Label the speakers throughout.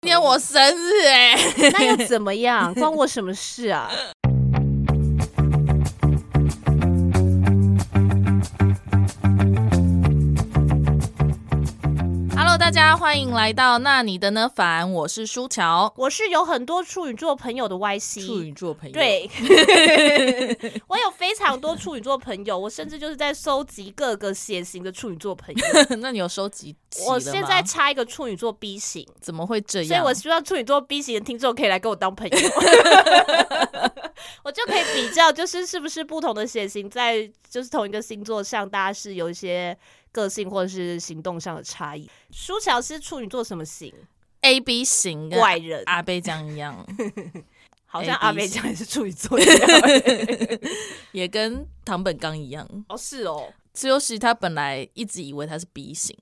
Speaker 1: 今天我生日哎、
Speaker 2: 那又 怎么样？关我什么事啊？
Speaker 1: Hello，大家欢迎来到那你的呢凡，我是舒乔，
Speaker 2: 我是有很多处女座朋友的 YC，
Speaker 1: 处女座朋友。，
Speaker 2: 对，我有非常多处女座朋友，我甚至就是在收集各个血型的处女 座朋友。
Speaker 1: 那你有收集齐了吗？
Speaker 2: 我现在差一个处女座 B 型，
Speaker 1: 怎么会这
Speaker 2: 所以
Speaker 1: 样？
Speaker 2: 我希望处女座 B 型的听众可以来跟我当朋 友， 我就可以比较，就是是不是不同的血型在就是同一个星座上，大家是有一些个性或者是行动上的差异。舒乔是处女座什么型？
Speaker 1: A B 型跟
Speaker 2: 怪人，
Speaker 1: 阿贝酱一样，
Speaker 2: 好像
Speaker 1: A B
Speaker 2: 阿美酱也是处 女座一样。
Speaker 1: 也跟唐本刚一样。
Speaker 2: 哦，是哦，
Speaker 1: 自由喜他本来一直以为他是 B 型，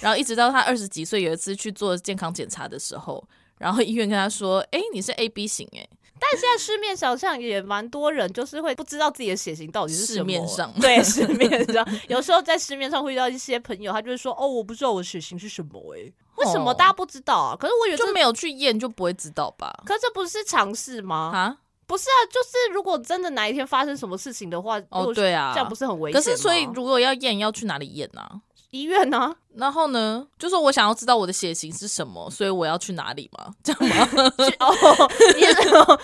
Speaker 1: 然后一直到他二十几岁有一次去做健康检查的时候，然后医院跟他说：“哎、你是 A B 型哎、
Speaker 2: 但现在市面上像也蛮多人，就是会不知道自己的血型到底是什么。
Speaker 1: 市面上
Speaker 2: 对市面上，有时候在市面上会遇到一些朋友，他就会说：“哦，我不知道我血型是什么、欸，为什么
Speaker 1: 哦
Speaker 2: 大家不知道啊？”可是我以为这
Speaker 1: 就，没有去验就不会知道吧？
Speaker 2: 可是这不是常识吗？
Speaker 1: 啊，
Speaker 2: 不是啊，就是如果真的哪一天发生什么事情的话，如
Speaker 1: 哦
Speaker 2: 果
Speaker 1: 对啊，
Speaker 2: 这样不是很危险
Speaker 1: 可是
Speaker 2: 吗？
Speaker 1: 所以如果要验，要去哪里验啊？
Speaker 2: 医院呢、
Speaker 1: 然后呢，就说我想要知道我的血型是什么，所以我要去哪里嘛？这样吗？
Speaker 2: 去 哦，你说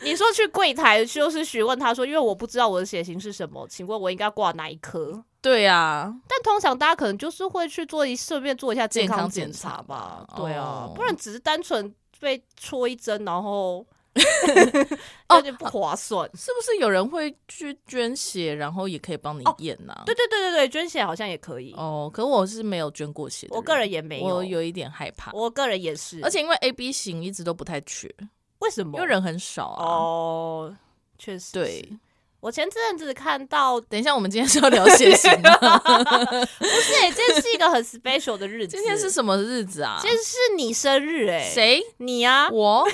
Speaker 2: 你说去柜台就是询问他说，因为我不知道我的血型是什么，请问我应该挂哪一科？
Speaker 1: 对啊，
Speaker 2: 但通常大家可能就是会去做一顺便做一下健
Speaker 1: 健康检
Speaker 2: 检
Speaker 1: 查
Speaker 2: 吧，
Speaker 1: 吧
Speaker 2: 对啊，
Speaker 1: 哦
Speaker 2: 不然只是单纯被戳一针，然后
Speaker 1: 哦
Speaker 2: 有点不划算。
Speaker 1: 是不是有人会去捐血，然后也可以帮你验呐、
Speaker 2: 哦对对对对对，捐血好像也可以，
Speaker 1: 哦，可我是没有捐过血的
Speaker 2: 我个人也没
Speaker 1: 我有一点害怕，
Speaker 2: 我个人也是，
Speaker 1: 而且因为 A B 型一直都不太缺，
Speaker 2: 为什么？
Speaker 1: 因为人很少啊。
Speaker 2: 哦，确实，
Speaker 1: 对，，
Speaker 2: 我前阵子看到。
Speaker 1: 等一下，我们今天是要聊血型啊吗？
Speaker 2: 不是、欸，今天是一个很 special 的日子。
Speaker 1: 今天是什么日子啊？
Speaker 2: 今天是你生日哎、
Speaker 1: 谁？
Speaker 2: 你啊，
Speaker 1: 我？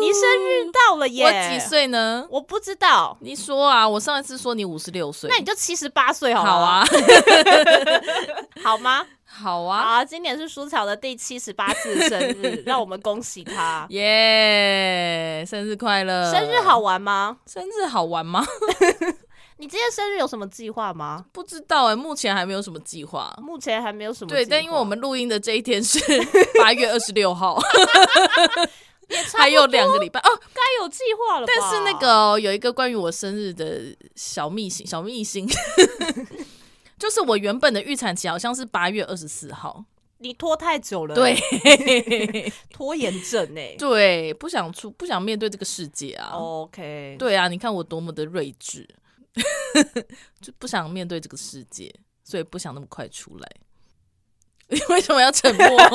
Speaker 2: 你生日到了耶！
Speaker 1: 我几？岁呢？
Speaker 2: 我不知道，
Speaker 1: 你说啊，我上一次说你五十六岁，
Speaker 2: 那你就七十八岁好了
Speaker 1: 好，啊，
Speaker 2: 好吗？
Speaker 1: 好
Speaker 2: 好
Speaker 1: 啊，
Speaker 2: 啊，今年是舒乔的第七十八次生 日，让我们恭喜他。
Speaker 1: 耶！生日快乐！
Speaker 2: 生日好，玩吗？
Speaker 1: 生日好玩吗？
Speaker 2: 你今天生日有什么计划吗？
Speaker 1: 不知道哎、目前还没有什么计划。
Speaker 2: 目前还没有什么计划。
Speaker 1: 对，但因为我们录音的这一天 是八月二十六号，
Speaker 2: 也差不多
Speaker 1: 还有两个礼拜哦。
Speaker 2: 该有计划了吧，
Speaker 1: 但是那个哦、有一个关于我生日的小秘辛，小秘辛， 就是我原本的预产期好像是八月二十四号。
Speaker 2: 你拖太久了，欸
Speaker 1: 对，
Speaker 2: 拖延症哎。
Speaker 1: 对，不想出，不想面对这个世界啊。
Speaker 2: 哦 OK，
Speaker 1: 对啊，你看我多么的睿智， 就不想面对这个世界，所以不想那么快出来。 你为什么要沉默？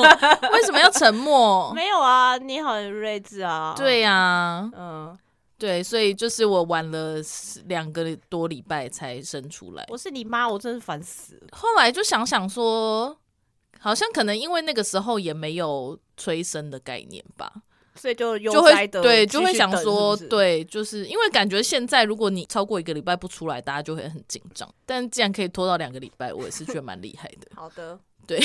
Speaker 1: 为什么要沉默？
Speaker 2: 没有啊，你很睿智啊。，
Speaker 1: 对呀、
Speaker 2: 嗯，
Speaker 1: 对，所以就是我晚了两个多礼拜才生出来。
Speaker 2: 我是你妈，我真是烦死了。
Speaker 1: 后来就想想说，好像可能因为那个时候也没有催生的概念吧，
Speaker 2: 所以就悠
Speaker 1: 就
Speaker 2: 哉
Speaker 1: 会
Speaker 2: 的，
Speaker 1: 对，就会想说，
Speaker 2: 是不是，。
Speaker 1: 对，就是因为感觉现在如果你超过一个礼拜不出来，大家就会很紧张。但既然可以拖到两个礼拜，我也是觉得蛮厉害的
Speaker 2: 好的，
Speaker 1: 对，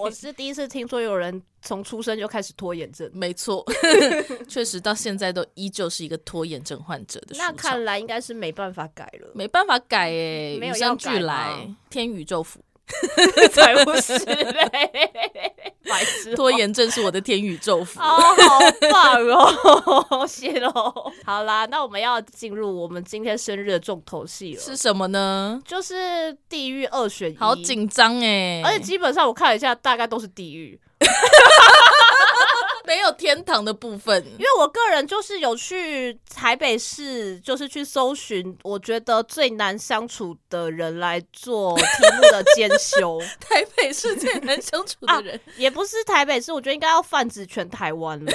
Speaker 2: 我是第一次听说有人从出生就开始拖延症，
Speaker 1: 没 错， 确实到现在都依旧是一个拖延症患者的。
Speaker 2: 那看来应该是没办法改了，
Speaker 1: 没办法改诶、
Speaker 2: 没有
Speaker 1: 与
Speaker 2: 要
Speaker 1: 生
Speaker 2: 改
Speaker 1: 俱
Speaker 2: 吗
Speaker 1: 来，天宇宙 服，
Speaker 2: 才不是嘞， 白痴哦
Speaker 1: 拖。延症是我的天宇宙服。
Speaker 2: 哦，好棒哦！谢喽。 好啦，那我们要进入我们今天生日的重头戏了，
Speaker 1: 是什么呢？
Speaker 2: 就是地狱二选一，
Speaker 1: 好紧张哎，
Speaker 2: 而且基本上我看了一下，大概都是地狱。
Speaker 1: 没有天堂的部分。
Speaker 2: 因为我个人就是有去台北市，就是去搜寻我觉得最难相处的人来做题目的监 修，
Speaker 1: 台北是最难相处
Speaker 2: 啊
Speaker 1: 的人，
Speaker 2: 也不是台北市，我觉得应该要泛指全台 湾了。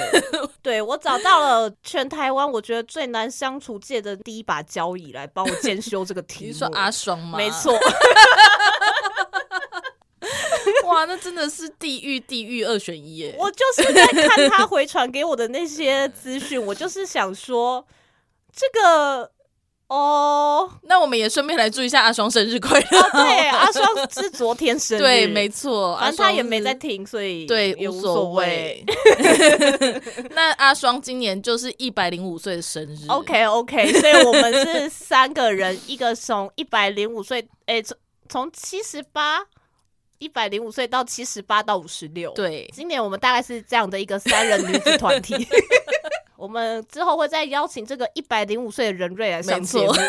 Speaker 2: 对我找到了全台湾，我觉得最难相处界的第一把交椅来帮我监修这个
Speaker 1: 你
Speaker 2: 题目。
Speaker 1: 是说阿双吗？
Speaker 2: 没，错，
Speaker 1: 哇，那真的是地狱地狱二选一耶！
Speaker 2: 我就是在看他回传给我的那些资讯，我就是想说，这个哦，
Speaker 1: 那我们也顺便来祝一下阿双生日快乐。
Speaker 2: 对，阿双是昨天生 日，
Speaker 1: 对，没错，
Speaker 2: 反
Speaker 1: 阿
Speaker 2: 正他
Speaker 1: 双
Speaker 2: 也没
Speaker 1: 是
Speaker 2: 在听，所以
Speaker 1: 对，
Speaker 2: 也
Speaker 1: 无
Speaker 2: 所
Speaker 1: 谓。 那阿双今年就是一百零五岁的生日
Speaker 2: OK OK，所以我们是三个人，一个从一百零五岁，哎，从从七十八，一百零五岁到七十八到五十六，。
Speaker 1: 对，
Speaker 2: 今年我们大概是这样的一个三人女子团 体。我们之后会再邀请这个一百零五岁的任瑞来上
Speaker 1: 没
Speaker 2: 节 目
Speaker 1: 错。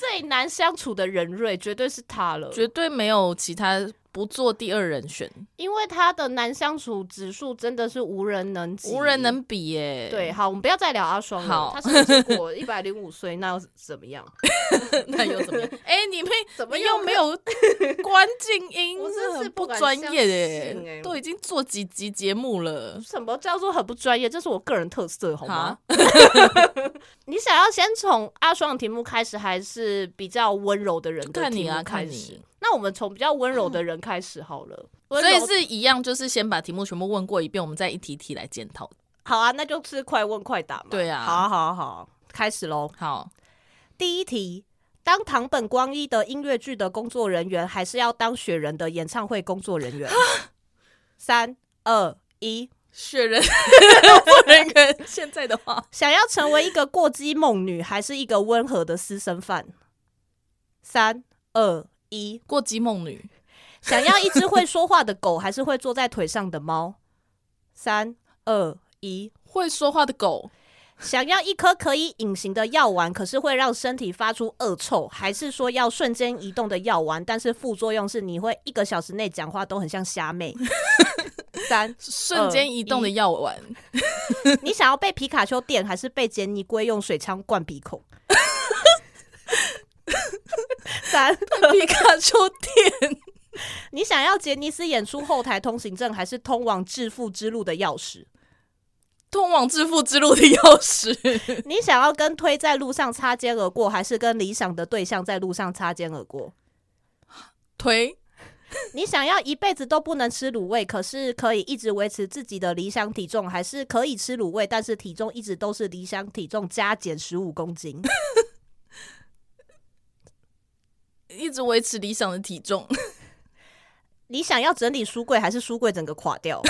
Speaker 2: 最难相处的任瑞绝对是他了，
Speaker 1: 绝对没有其他不做第二人选，
Speaker 2: 因为他的难相处指数真的是无人能及，
Speaker 1: 无人能比耶、
Speaker 2: 对。，好，我们不要再聊阿双了
Speaker 1: 好，
Speaker 2: 他是结果一百零五岁，那又怎么样？
Speaker 1: 那又怎么样？哎、你们
Speaker 2: 怎么
Speaker 1: 你
Speaker 2: 样
Speaker 1: 又没有 关静音，
Speaker 2: 我真
Speaker 1: 这
Speaker 2: 是
Speaker 1: 很
Speaker 2: 不
Speaker 1: 不
Speaker 2: 敢
Speaker 1: 专
Speaker 2: 相
Speaker 1: 业耶、
Speaker 2: 信哎
Speaker 1: 都已经做几集节目了，
Speaker 2: 什么叫做很不专业？这是我个人特色，好吗
Speaker 1: 啊？
Speaker 2: 你想要先从阿双的题目开始，还是比较温柔的人的
Speaker 1: 看你
Speaker 2: 题目
Speaker 1: 啊看
Speaker 2: 开始
Speaker 1: 你。
Speaker 2: 那我们从比较温柔的人开始好了。温
Speaker 1: 所以
Speaker 2: 柔
Speaker 1: 是一样，就是先把题目全部问过一遍，我们再一题一题来检讨。
Speaker 2: 好啊，那就是快问快答嘛。
Speaker 1: 对啊
Speaker 2: 好啊好啊好啊，开始喽。
Speaker 1: 好，
Speaker 2: 第一题，当堂本光一的音乐剧的工作人员，还是要当雪人的演唱会工作人员？三二一，
Speaker 1: 雪人 不能跟现在的话，
Speaker 2: 想要成为一个过激梦女，还是一个温和的私生饭？三二一，
Speaker 1: 过激梦女，
Speaker 2: 想要一只会说话的狗，还是会坐在腿上的猫？三二一，
Speaker 1: 会说话的狗，
Speaker 2: 想要一颗可以隐形的药丸，可是会让身体发出恶臭，还是说要瞬间移动的药丸，但是副作用是你会一个小时内讲话都很像虾妹？三，
Speaker 1: 瞬间移动的药丸，
Speaker 2: 你想要被皮卡丘电，还是被杰尼龟用水枪灌鼻孔？三，
Speaker 1: 皮卡丘店，
Speaker 2: 你想要杰尼斯演出后台通行证，还是通往致富之路的钥匙？
Speaker 1: 通往致富之路的钥匙，
Speaker 2: 你想要跟推在路上擦肩而过，还是跟理想的对象在路上擦肩而过？
Speaker 1: 推
Speaker 2: 你想要一辈子都不能吃卤味，可是可以一直维持自己的理想体重，还是可以吃卤味，但是体重一直都是理想体重加减十五公斤？
Speaker 1: 一直维持理想的体重，
Speaker 2: 你想要整理书柜，还是书柜整个垮掉？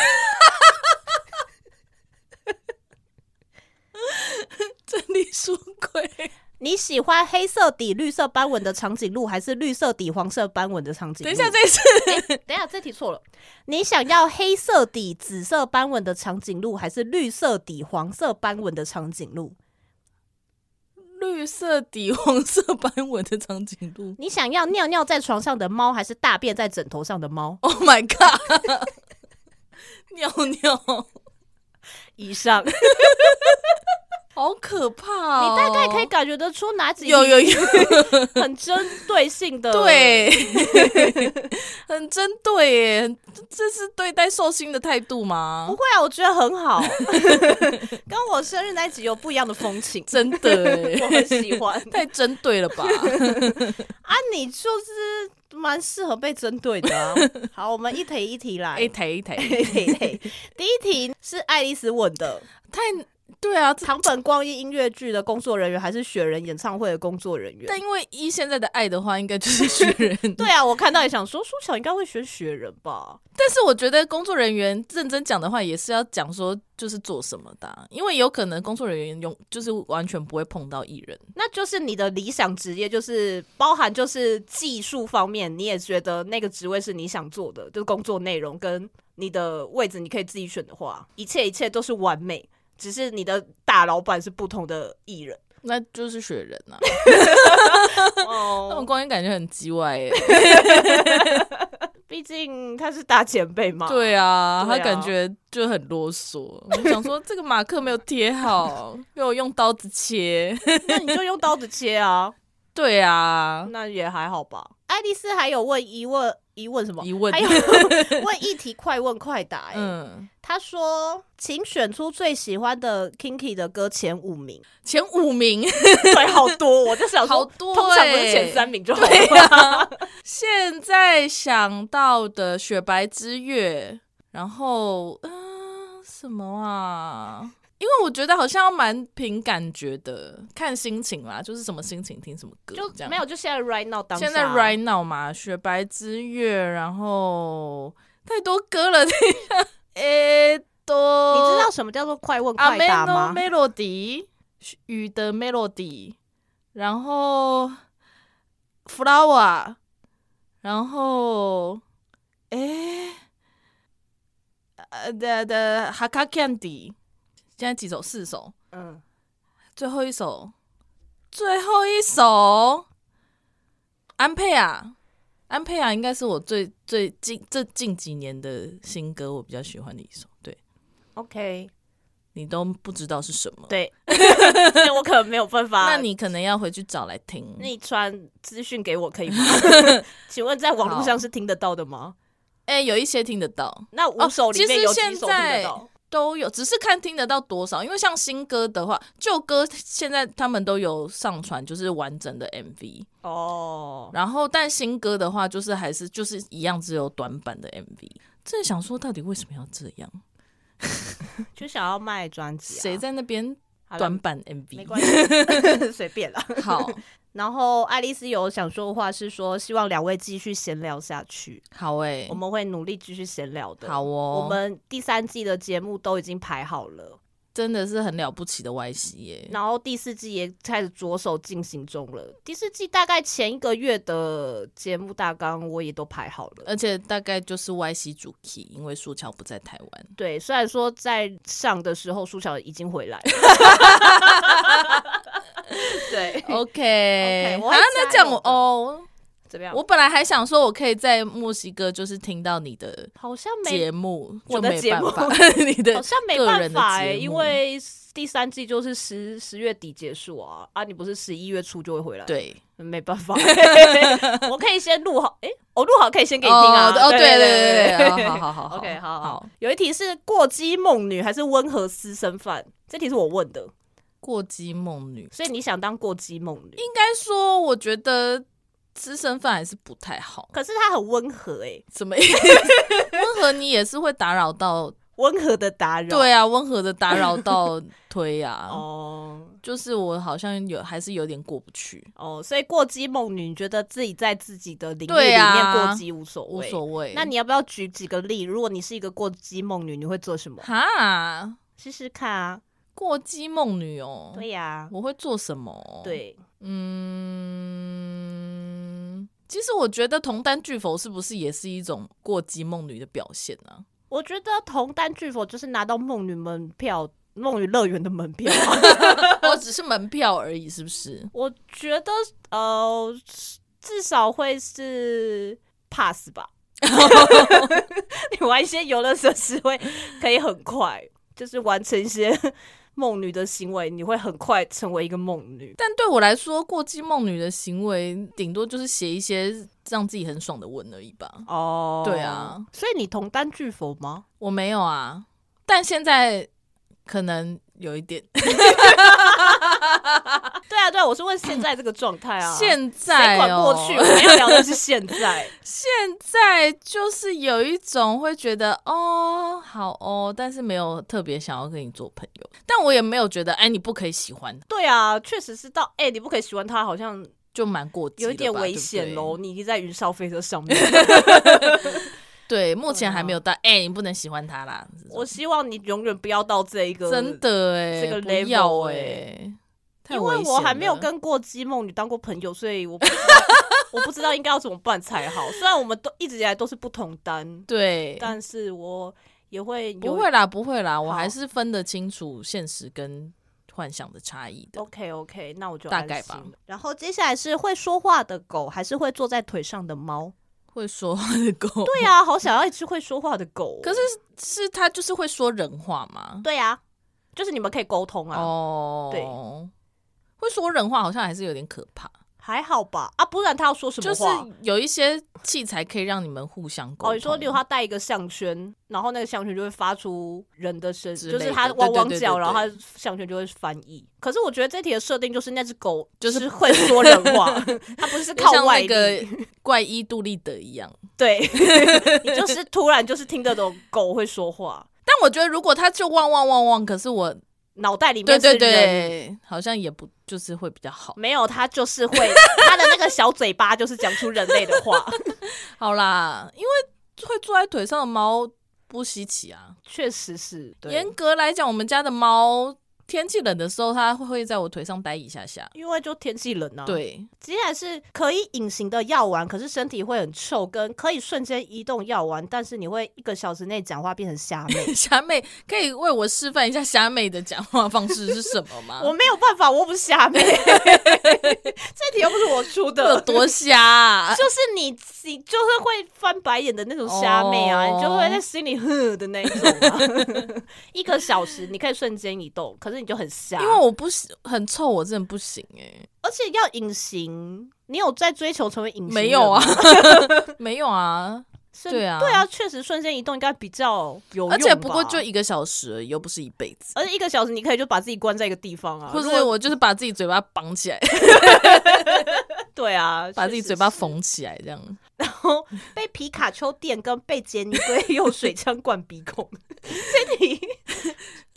Speaker 1: 整理书柜，
Speaker 2: 你喜欢黑色底绿色斑纹的长颈鹿，还是绿色底黄色斑纹的长颈
Speaker 1: 等
Speaker 2: 鹿？
Speaker 1: 一下，这次
Speaker 2: 等一下，这题错了。你想要黑色底紫色斑纹的长颈鹿，还是绿色底黄色斑纹的长颈鹿？
Speaker 1: 绿色底黄色斑纹的长颈鹿
Speaker 2: 你想要尿尿在床上的猫，还是大便在枕头上的猫？
Speaker 1: ，Oh my god，尿尿，
Speaker 2: 以上，你
Speaker 1: 好可怕哦！
Speaker 2: 大概可以感觉得出哪几
Speaker 1: 有有有，
Speaker 2: 有很针对性 的
Speaker 1: 对，呃 很针对耶，很这是对待寿星的态度吗
Speaker 2: 不？会啊，我觉得很好，跟我生日那一集有不一样的风 情，
Speaker 1: 真的耶
Speaker 2: 我很喜 欢。
Speaker 1: 太针对了吧？
Speaker 2: 啊，你就是蛮适合被针对 的、啊。好，我们一题一题来。
Speaker 1: 哎，抬一抬，
Speaker 2: 嘿嘿嘿第一题是爱丽丝问的，
Speaker 1: 太对啊，这
Speaker 2: 堂本光一音乐剧的工作人员还是雪人演唱会的工作人员？
Speaker 1: 但因为依现在的爱的话，应该就是雪 人。
Speaker 2: 对啊，我看到也想说，舒乔应该会选雪人吧？
Speaker 1: 但是我觉得工作人员认真讲的话，也是要讲说就是做什么的啊、因为有可能工作人员用就是完全不会碰到艺人。
Speaker 2: 那就是你的理想职业，就是包含就是技术方面，你也觉得那个职位是你想做的，就是工作内容跟你的位置，你可以自己选的话，一切一切都是完美。只是你的大老板是不同的艺人
Speaker 1: 那就是雪人 啊，那种
Speaker 2: 哦，
Speaker 1: 光阴感觉很叽歪耶、
Speaker 2: 毕竟他是大前辈嘛。
Speaker 1: 对啊，
Speaker 2: 对啊
Speaker 1: 他感觉就很啰嗦。 我想说，这个马克没有贴好，被我用刀子切。
Speaker 2: 那你就用刀子切啊，
Speaker 1: 对啊，
Speaker 2: 那也还好吧。爱丽丝还有问疑问疑问什么
Speaker 1: 疑问
Speaker 2: 还有问议题，快问快答、欸。
Speaker 1: 嗯，
Speaker 2: 他说，请选出最喜欢的 Kinky 的歌前五名。
Speaker 1: 前五 名，
Speaker 2: 对，好多，我就想说，
Speaker 1: 好多、欸，
Speaker 2: 通常不是前三名就好
Speaker 1: 对
Speaker 2: 了。
Speaker 1: 啊，现在想到的《雪白之月》，然后嗯、呃什么啊？因为我觉得好像蛮凭感觉的，看心情啦，就是什么心情听什么歌，这
Speaker 2: 就
Speaker 1: 样
Speaker 2: 没有，就现在 right now 当下
Speaker 1: 现在 right now 嘛，雪白之月，然后太多歌了，听一下，诶，多，
Speaker 2: 你知道什么叫做快问
Speaker 1: 阿
Speaker 2: 快
Speaker 1: 妹
Speaker 2: 答
Speaker 1: 诺
Speaker 2: 吗？
Speaker 1: melody 雨的 melody，然后 flower，然后诶，呃的的 haka candy，现在几首？四首，
Speaker 2: 嗯，
Speaker 1: 最后一首，最后一首，安佩啊。安佩啊，应该是我最最近这近几年的新歌，我比较喜欢的一首。对
Speaker 2: OK，
Speaker 1: 你都不知道是什么，
Speaker 2: 对，因为我可能没有办法。
Speaker 1: 那你可能要回去找来听。
Speaker 2: 你传资讯给我可 以吗？请问在网络上是听得到的吗？
Speaker 1: 哎、有一些听得到，
Speaker 2: 那五首里面
Speaker 1: 其实
Speaker 2: 有几首
Speaker 1: 现
Speaker 2: 听
Speaker 1: 在
Speaker 2: 得到？
Speaker 1: 都有，只是看听得到多少。因为像新歌的话，旧歌现在他们都有上传，就是完整的 MV。
Speaker 2: 哦，
Speaker 1: 然后，但新歌的话，就是还是就是一样，只有短版的 MV。正想说，到底为什么要这样？
Speaker 2: 哦就想要卖专辑、啊，
Speaker 1: 谁在那边
Speaker 2: 好啦
Speaker 1: 短版
Speaker 2: 没
Speaker 1: MV？
Speaker 2: 关 系，随便啦。
Speaker 1: 好
Speaker 2: 然后爱丽丝有想说的话是说，希望两位继续闲聊下去，
Speaker 1: 好哎、
Speaker 2: 我们会努力继续闲聊的。
Speaker 1: 好哦，
Speaker 2: 我们第三季的节目都已经排好了，
Speaker 1: 真的是很了不起的 YC 耶、
Speaker 2: 然后第四季也开始着手进行中了。第四季大概前一个月的节目大纲我也都排好了。
Speaker 1: 而且大概就是 YC 主 key，因为树桥不在台湾。
Speaker 2: 对，虽然说在上的时候苏小已经回来了， 对，
Speaker 1: 哦 OK，
Speaker 2: 我
Speaker 1: 啊
Speaker 2: 会，
Speaker 1: 那
Speaker 2: 加
Speaker 1: 这样
Speaker 2: 油
Speaker 1: 我
Speaker 2: 的
Speaker 1: 哦，
Speaker 2: 怎么样？
Speaker 1: 我本来还想说我可以在墨西哥就是听到你的
Speaker 2: 好像没，
Speaker 1: 节目，
Speaker 2: 我
Speaker 1: 就
Speaker 2: 的
Speaker 1: 没
Speaker 2: 节
Speaker 1: 办
Speaker 2: 目哦
Speaker 1: 法， 你
Speaker 2: 好
Speaker 1: 的
Speaker 2: 像没
Speaker 1: 个
Speaker 2: 办
Speaker 1: 人的
Speaker 2: 法哎、
Speaker 1: 节
Speaker 2: 因
Speaker 1: 目
Speaker 2: 为第三季就是十十月底结束啊，啊，你不是十一月初就会回来？，
Speaker 1: 对
Speaker 2: 没办 法，我可以先录好，哎、我录好可以先给你听啊。
Speaker 1: 哦，哦对
Speaker 2: 对
Speaker 1: 对对对，
Speaker 2: 对
Speaker 1: 好好好
Speaker 2: OK，好
Speaker 1: 好，
Speaker 2: 有一题是过激梦女还是温和私生饭？这题是我问的，
Speaker 1: 过激梦女，
Speaker 2: 所以你想当过激梦女？
Speaker 1: 应该说我觉得吃生饭还是不太好，
Speaker 2: 可是她很温和哎、
Speaker 1: 怎 么意思？温和你也是会打扰到，
Speaker 2: 温和的打扰。
Speaker 1: 对啊，温和的打扰到推 啊，
Speaker 2: 哦
Speaker 1: 就是我好像有还是有点过不去，
Speaker 2: 哦，所以过激梦女，你觉得自己在自己的领域里
Speaker 1: 对
Speaker 2: 面
Speaker 1: 啊
Speaker 2: 过激无所
Speaker 1: 无
Speaker 2: 谓？
Speaker 1: 所谓。
Speaker 2: 那你要不要举几个例？如果你是一个过激梦女，你会做什么？
Speaker 1: 哈？
Speaker 2: 试试看啊！
Speaker 1: 过激梦女哦，
Speaker 2: 对呀、
Speaker 1: 我会做什么？，
Speaker 2: 对，
Speaker 1: 嗯，其实我觉得同担巨佛是不是也是一种过激梦女的表现 啊？
Speaker 2: 我觉得同担巨佛就是拿到梦女门票、梦女乐园的门票。啊
Speaker 1: 哦，只是门票而已，是不是？
Speaker 2: 我觉得呃，至少会是 pass 吧。你玩一些游乐设施会可以很快，就是完成一些梦女的行为，你会很快成为一个梦女。
Speaker 1: 但对我来说，过激梦女的行为顶多就是写一些让自己很爽的文而已吧。
Speaker 2: 哦
Speaker 1: 对啊，
Speaker 2: 所以你同担巨佛吗？
Speaker 1: 我没有啊，但现在可能有一点。
Speaker 2: 对啊，对啊，我是问现在这个状态啊。
Speaker 1: 现
Speaker 2: 谁
Speaker 1: 在、
Speaker 2: 管
Speaker 1: 哦、
Speaker 2: 过去，我们要聊的是现在。
Speaker 1: 现在就是有一种会觉得哦好哦，但是没有特别想要跟你做朋友，但我也没有觉得哎你不可以喜欢，
Speaker 2: 对啊，确实是到哎、你不可以喜欢他，好像
Speaker 1: 就蛮过激
Speaker 2: 有
Speaker 1: 了吧
Speaker 2: 一点危险
Speaker 1: 对
Speaker 2: 喽。
Speaker 1: 不
Speaker 2: 你已经在云霄飞车上面了。
Speaker 1: 对对，目前还没有到哎你不能喜欢他啦，这种
Speaker 2: 啊我希望你永远不要到这一个，
Speaker 1: 真，的哎
Speaker 2: 这个
Speaker 1: 不
Speaker 2: level
Speaker 1: 要
Speaker 2: 哎
Speaker 1: 哎，太
Speaker 2: 因
Speaker 1: 危
Speaker 2: 为
Speaker 1: 险
Speaker 2: 我还没有
Speaker 1: 了
Speaker 2: 跟过激梦女当过朋友，所以我不 知道我不知道应该要怎么办才好。虽然我们都一直以来都是不同单，
Speaker 1: 对。
Speaker 2: 但是我也会有
Speaker 1: 不会啦，不会啦，我
Speaker 2: 好
Speaker 1: 还是分得清楚现实跟幻想的差异的。
Speaker 2: OK OK，那我就
Speaker 1: 大
Speaker 2: 安
Speaker 1: 概
Speaker 2: 心
Speaker 1: 吧
Speaker 2: 了。然后接下来是会说话的狗，还是会坐在腿上 的猫？
Speaker 1: 会说话的狗，对
Speaker 2: 对啊，好想要一只会说话的狗哦。
Speaker 1: 可是是他就是会说人话吗？
Speaker 2: 对啊，就是你们可以沟通啊，
Speaker 1: 哦，
Speaker 2: 对，
Speaker 1: 会说人话好像还是有点可怕，
Speaker 2: 还好吧？啊，不然他要说什么
Speaker 1: 就是
Speaker 2: 话？
Speaker 1: 有一些器材可以让你们互相沟通。
Speaker 2: 哦，你说例如他戴一个项圈，然后那个项圈就会发出人的声，
Speaker 1: 之
Speaker 2: 就
Speaker 1: 类
Speaker 2: 是
Speaker 1: 的
Speaker 2: 它汪汪
Speaker 1: 对对对
Speaker 2: 叫，
Speaker 1: 对对
Speaker 2: 然后它项圈就会翻译。可是我觉得这题的设定就是那只狗
Speaker 1: 就是
Speaker 2: 是 会说人话，它不是
Speaker 1: 就
Speaker 2: 靠
Speaker 1: 像那
Speaker 2: 外力，
Speaker 1: 个怪医杜立德一样，
Speaker 2: 对，你就是突然就是听得懂狗会说话。
Speaker 1: 但我觉得如果他就汪汪汪汪，可是我
Speaker 2: 脑袋里
Speaker 1: 对
Speaker 2: 面是
Speaker 1: 对
Speaker 2: 人，
Speaker 1: 对，好像也不就是会比较好。
Speaker 2: 没有他就是会他的那个小嘴巴就是讲出人类的 话，
Speaker 1: 好啦，因为会坐在腿上的猫不稀奇啊。
Speaker 2: 确实是对
Speaker 1: 严。格来讲，我们家的猫天气冷的时候，它会在我腿上待一下下。
Speaker 2: 因为就天气冷啊，，
Speaker 1: 对，
Speaker 2: 即然是可以隐形的药丸，可是身体会很臭，跟可以瞬间移动药丸，但是你会一个小时内讲话变成 虾妹。
Speaker 1: 霞妹可以为我示范一下霞妹的讲话方式是什么吗？
Speaker 2: 我没有办法，我又不是 虾妹，这题又不是我出
Speaker 1: 有
Speaker 2: 的，
Speaker 1: 多瞎、啊？
Speaker 2: 就是你，你就是会翻白眼的那种虾妹啊，
Speaker 1: 哦
Speaker 2: 你就会在心里哼的那一 种、啊。一个小时你可以瞬间移动，可是你就很瞎，
Speaker 1: 因为我不喜很臭，我真的不行哎、
Speaker 2: 而且要隐形。你有在追求成为隐形？
Speaker 1: 没有啊，， 没有啊，
Speaker 2: 是
Speaker 1: 对啊
Speaker 2: 对啊，确实瞬间移动应该比较有哦用吧，
Speaker 1: 而且不过就一个小时而已，又不是一辈子。
Speaker 2: 而且一个小时你可以就把自己关在一个地方啊，
Speaker 1: 或
Speaker 2: 如
Speaker 1: 者
Speaker 2: 果
Speaker 1: 我就是把自己嘴巴绑起来，
Speaker 2: 对啊，
Speaker 1: 把自己嘴巴
Speaker 2: 确实是
Speaker 1: 缝起来，这样。
Speaker 2: 被皮卡丘电跟被杰尼龟用水枪灌 鼻孔，这题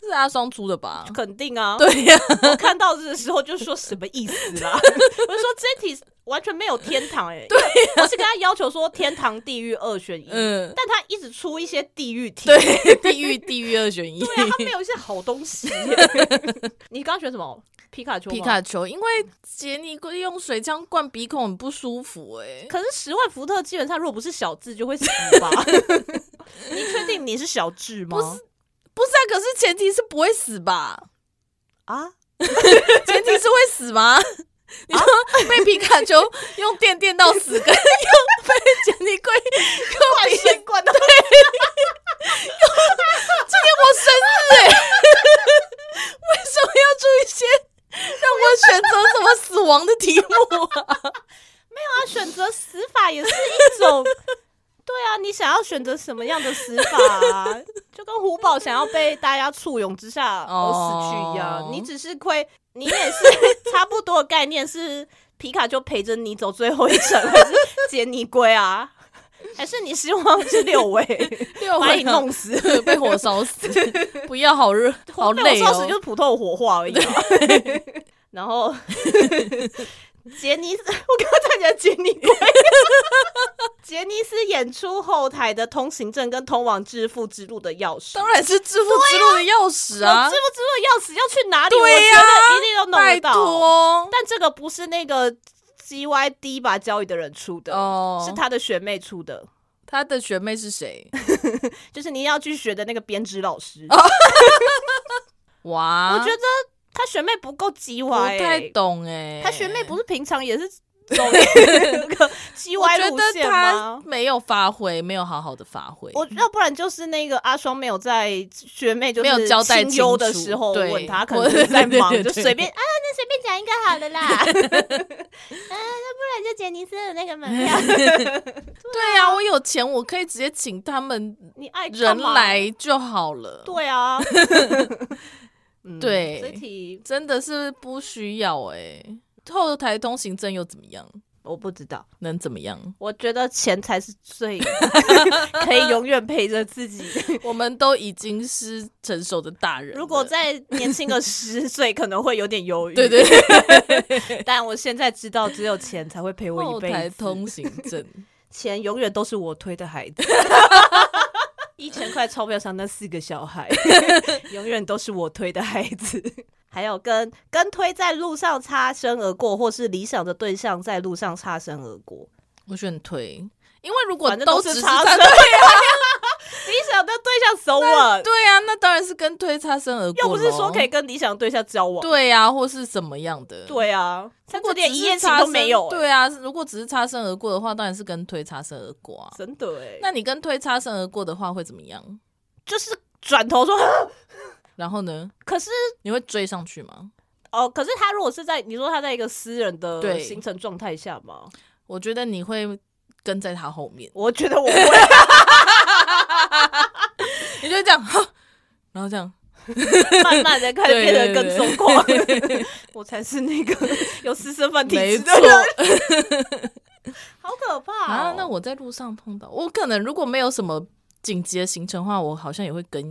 Speaker 1: 是阿双出的 吧？
Speaker 2: 肯定啊。
Speaker 1: 对呀、
Speaker 2: 我看到这的时候就说什么意思 啦？
Speaker 1: 啊
Speaker 2: 我就说这题完全没有天堂哎、对、我是跟他要求说天堂地狱二选一，
Speaker 1: 嗯，
Speaker 2: 但他一直出一些地狱题。
Speaker 1: 对， 地狱地狱二选一。
Speaker 2: 对啊，他没有一些好东 西耶、你刚刚选什么？皮卡丘吗？
Speaker 1: 皮卡丘，因为杰尼龟用水枪灌鼻孔很不舒服哎、
Speaker 2: 可是十万伏特基本上如果不是小智就会死 吧？你确定你是小智吗？
Speaker 1: 不是不是啊，可是前提是不会死 吧？
Speaker 2: 啊，
Speaker 1: 前提是会死吗？你说被皮卡丘用电电到死，跟用被杰尼龟
Speaker 2: 灌先灌到
Speaker 1: 今天我生日哎、 为什么要出一些让我选择什么死亡的题 目啊？
Speaker 2: 他选择死法也是一 种。对啊，你想要选择什么样的死法、啊？就跟胡宝想要被大家簇拥之下而死去一样
Speaker 1: 哦
Speaker 2: 你只是会，你也是差不多的概念，是皮卡丘陪着你走最后一程，还是杰尼龟啊？还是你希望是六 尾
Speaker 1: 六
Speaker 2: 把你弄死？
Speaker 1: 被火烧死， 不要好热， 好
Speaker 2: 被我
Speaker 1: 累
Speaker 2: 烧死就
Speaker 1: 哦。
Speaker 2: 是普通的火化而已嘛。 然后杰尼斯，我刚刚差点杰尼龟。杰尼斯演出后台的通行证跟通往致富之路的钥匙，
Speaker 1: 当然是致富之路的钥匙啊
Speaker 2: 有致！富之路的钥匙要去哪里？
Speaker 1: 对呀
Speaker 2: 我觉得一定都弄
Speaker 1: 拜
Speaker 2: 得到。
Speaker 1: 托
Speaker 2: 但这个不是那个 G Y D 把交易的人出的，
Speaker 1: 哦，
Speaker 2: 是他的学妹出的，
Speaker 1: 他的学妹是谁？
Speaker 2: 就是你要去学的那个编织老师。
Speaker 1: 哦哇，
Speaker 2: 我觉得他学妹不够 G
Speaker 1: 不
Speaker 2: Y，欸
Speaker 1: 太懂哎。
Speaker 2: 他学妹不是平 常也是走那个 G
Speaker 1: 我
Speaker 2: Y
Speaker 1: 觉
Speaker 2: 路
Speaker 1: 得
Speaker 2: 线
Speaker 1: 他
Speaker 2: 吗？
Speaker 1: 没有发挥，没有好好的发挥。
Speaker 2: 我要不然就是那个阿双没有在学妹就
Speaker 1: 没有
Speaker 2: 是
Speaker 1: 交代清
Speaker 2: 优的
Speaker 1: 楚
Speaker 2: 时候
Speaker 1: 对
Speaker 2: 问他，可
Speaker 1: 我
Speaker 2: 能就是在
Speaker 1: 对对
Speaker 2: 忙
Speaker 1: 对
Speaker 2: 就
Speaker 1: 对
Speaker 2: 随便啊，那随便讲一个好 了啦。啊，那不然就杰尼斯的那个门 票，
Speaker 1: 对
Speaker 2: 啊
Speaker 1: 呀，啊我有钱，我可以直接请他们
Speaker 2: 你爱干
Speaker 1: 人
Speaker 2: 嘛
Speaker 1: 来就好了。
Speaker 2: 哎对啊，嗯
Speaker 1: 对
Speaker 2: 这题
Speaker 1: 真的是不需要哎、后台通行证又怎么样？
Speaker 2: 我不知道，？
Speaker 1: 能怎么样
Speaker 2: 我觉得钱才是最 可以永远陪着自己。
Speaker 1: 我们都已经是成熟的大人了，
Speaker 2: 如果再年轻个十岁，可能会有点犹豫。
Speaker 1: 对对，
Speaker 2: 但我现在知道，只有钱才会陪我
Speaker 1: 后
Speaker 2: 一辈
Speaker 1: 台
Speaker 2: 子。
Speaker 1: 通行 证，
Speaker 2: 钱永远都是我推的孩 子。一千块钞票上那四个小 孩，永远都是我推的孩子。还有跟跟推在路上擦身而过，或是理想的对象在路上擦身而过，
Speaker 1: 我选推，因为如果
Speaker 2: 反正
Speaker 1: 都
Speaker 2: 是
Speaker 1: 只是
Speaker 2: 擦
Speaker 1: 在
Speaker 2: 身。对 理想的对象 so what？
Speaker 1: 对啊，那当然是跟推擦身而过
Speaker 2: 又
Speaker 1: 咯。
Speaker 2: 不是说可以跟理想对象交往。
Speaker 1: 对啊，或是怎么样的？，
Speaker 2: 对啊，
Speaker 1: 如
Speaker 2: 三
Speaker 1: 果
Speaker 2: 果
Speaker 1: 只
Speaker 2: 连
Speaker 1: 是
Speaker 2: 一夜情
Speaker 1: 擦
Speaker 2: 都
Speaker 1: 身
Speaker 2: 没有、欸，
Speaker 1: 对啊，如果只是擦身而过的话，当然是跟推擦身而过啊。
Speaker 2: 真的哎、
Speaker 1: 那你跟推擦身而过的话会怎么样？
Speaker 2: 就是转头说， 啊
Speaker 1: 然后呢，
Speaker 2: 可是
Speaker 1: 你会追上去吗？
Speaker 2: 哦，可是他如果是在你说他在一个私人的
Speaker 1: 对
Speaker 2: 行程状态下嘛，
Speaker 1: 我觉得你会跟在他后 面，
Speaker 2: 我觉得我会，
Speaker 1: 你就这样， 哈然后这样，
Speaker 2: 慢慢的开始变得跟踪狂， 我才是那个有私生饭体
Speaker 1: 没
Speaker 2: 质
Speaker 1: 错
Speaker 2: 的人， 好可怕、哦、
Speaker 1: 啊。那我在路上碰到，我可能如果没有什么紧急的行程的话，我好像也会跟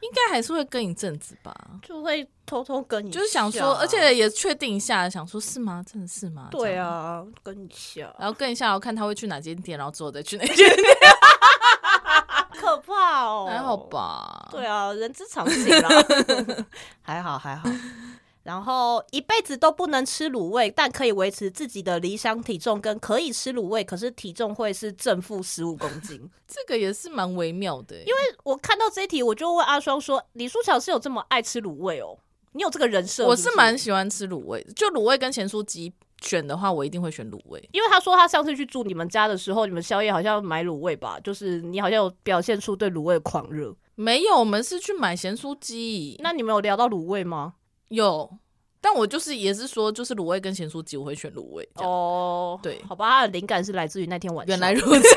Speaker 1: 应该还是会跟一阵子吧。
Speaker 2: 就会偷偷跟你，啊
Speaker 1: 就是想说，而且也确定一下，想说是吗？真的是吗？这
Speaker 2: 对
Speaker 1: 样，
Speaker 2: 啊，跟你下，
Speaker 1: 然后跟一下，然后看他会去哪间店，然后之后再去 那间店，
Speaker 2: 可怕哦，
Speaker 1: 还好？吧？
Speaker 2: 对啊，人之常情 啦， 还好还好。然后一辈子都不能吃卤味，但可以维持自己的理想体重，跟可以吃卤味，可是体重会是正负十五公 斤。
Speaker 1: 这个也是蛮微妙的欸，因为
Speaker 2: 我看到这一题，我就问阿双说：“李书乔是有这么爱吃卤味哦？你有这个人设
Speaker 1: 我
Speaker 2: 是
Speaker 1: 是
Speaker 2: 不是
Speaker 1: 蛮喜欢吃卤味的，就卤味跟咸酥鸡选的话，我一定会选卤味。
Speaker 2: 因为他说他上次去住你们家的时候，你们宵夜好像买卤味吧，就是你好像有表现出对卤味的狂热。
Speaker 1: 没有，我们是去买咸酥鸡，
Speaker 2: 那你们有聊到卤味吗？
Speaker 1: 有，但我就是也是说，就是卤味跟咸酥鸡，我会选卤味。哦，
Speaker 2: 哦，
Speaker 1: 对
Speaker 2: 好吧，他的灵感是来自于那天晚上。
Speaker 1: 原来，如此。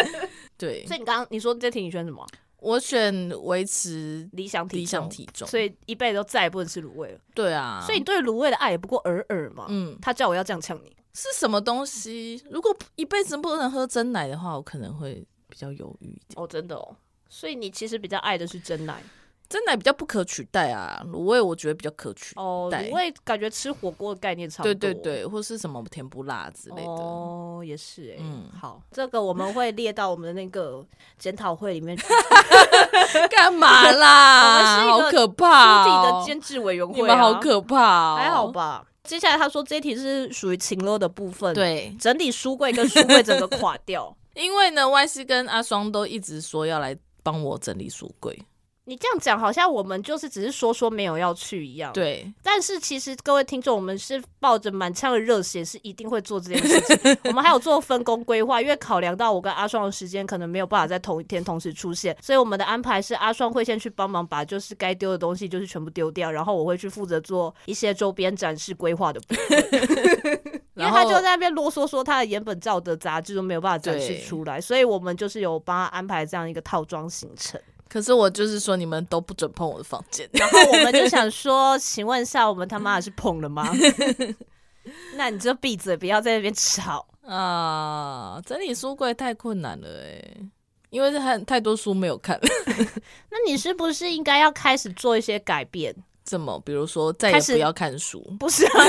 Speaker 1: 对，
Speaker 2: 所以你刚刚你说这题你选什么？
Speaker 1: 我选维持
Speaker 2: 理想体重
Speaker 1: 理想体重。
Speaker 2: 所以一辈子都再也不能吃卤味了。
Speaker 1: 对啊，
Speaker 2: 所以你对卤味的爱也不过尔尔嘛。
Speaker 1: 嗯，
Speaker 2: 他叫我要这样呛你，
Speaker 1: 是什么东西？如果一辈子不能喝真奶的话，我可能会比较犹豫一点。
Speaker 2: 哦，真的哦。所以你其实比较爱的是真奶
Speaker 1: 真奶比较不可取代啊，卤味我觉得比较可取。
Speaker 2: 哦，
Speaker 1: 对
Speaker 2: 卤味感觉吃火锅的概念差不
Speaker 1: 对
Speaker 2: 多。
Speaker 1: 对对，或是什么甜不辣之类的。
Speaker 2: 哦，也是哎、
Speaker 1: 嗯
Speaker 2: 好，这个我们会列到我们的那个检讨会里面去。
Speaker 1: 干嘛啦？
Speaker 2: 我
Speaker 1: 好
Speaker 2: 们是一个
Speaker 1: 可
Speaker 2: 出
Speaker 1: 怕、
Speaker 2: 题
Speaker 1: 哦！
Speaker 2: 的监制委员会、啊，
Speaker 1: 你们好可怕、哦，
Speaker 2: 还好？吧？接下来他说这一题是属于情乐的部分，，
Speaker 1: 对，
Speaker 2: 整理书柜跟书柜整个垮掉。
Speaker 1: 因为呢，Y C 跟阿双都一直说要来帮我整理书柜。
Speaker 2: 你这样讲，好像我们就是只是说说没有要去一样。，
Speaker 1: 对，
Speaker 2: 但是其实各位听众，我们是抱着满腔的热血，是一定会做这件事情。我们还有做分工规划，因为考量到我跟阿双的时间可能没有办法在同一天同时出现，所以我们的安排是阿双会先去帮忙把就是该丢的东西就是全部丢掉，然后我会去负责做一些周边展示规划的部分因为
Speaker 1: 然
Speaker 2: 他
Speaker 1: 后
Speaker 2: 就在那边啰嗦说他的岩本照的杂志都没有办法展示出来，所以我们就是有帮他安排这样一个套装行程。
Speaker 1: 可是我就是说，你们都不准碰我的房间。
Speaker 2: 然后我们就想说，请问一下，我们他妈的是碰了 吗？那你就闭嘴，不要在那边吵。
Speaker 1: 啊，整理书柜太困难了哎、因为太太多书没有看，
Speaker 2: 那你是不是应该要开始做一些改变？
Speaker 1: 怎么？比如说再
Speaker 2: 开
Speaker 1: 也
Speaker 2: 始
Speaker 1: 不要看书。
Speaker 2: 不是、 啊，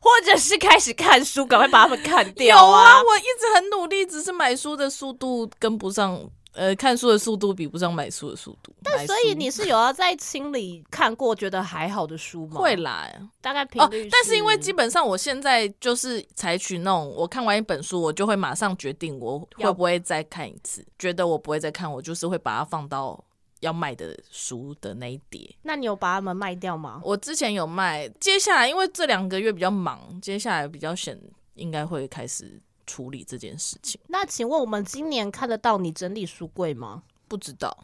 Speaker 2: 或者是开始看书，赶快把它们看
Speaker 1: 有
Speaker 2: 掉啊！
Speaker 1: 我一直很努力，只是买书的速度跟不上，呃，看书的速度比不上买书的速度。但
Speaker 2: 所以你是有要在清理看过觉得还好的书吗？
Speaker 1: 会啦
Speaker 2: 大概频
Speaker 1: 哦
Speaker 2: 率、，
Speaker 1: 但是因为基本上我现在就是采取那种，我看完一本书，我就会马上决定我
Speaker 2: 要
Speaker 1: 会不会再看一次。觉得我不会再看，我就是会把它放到要卖的书的那一叠。
Speaker 2: 那你有把它们卖掉吗？
Speaker 1: 我之前有卖，接下来因为这两个月比较忙，接下来比较闲，应该会开始处理这件事情。
Speaker 2: 那请问我们今年看得到你整理书柜吗？
Speaker 1: 不知道，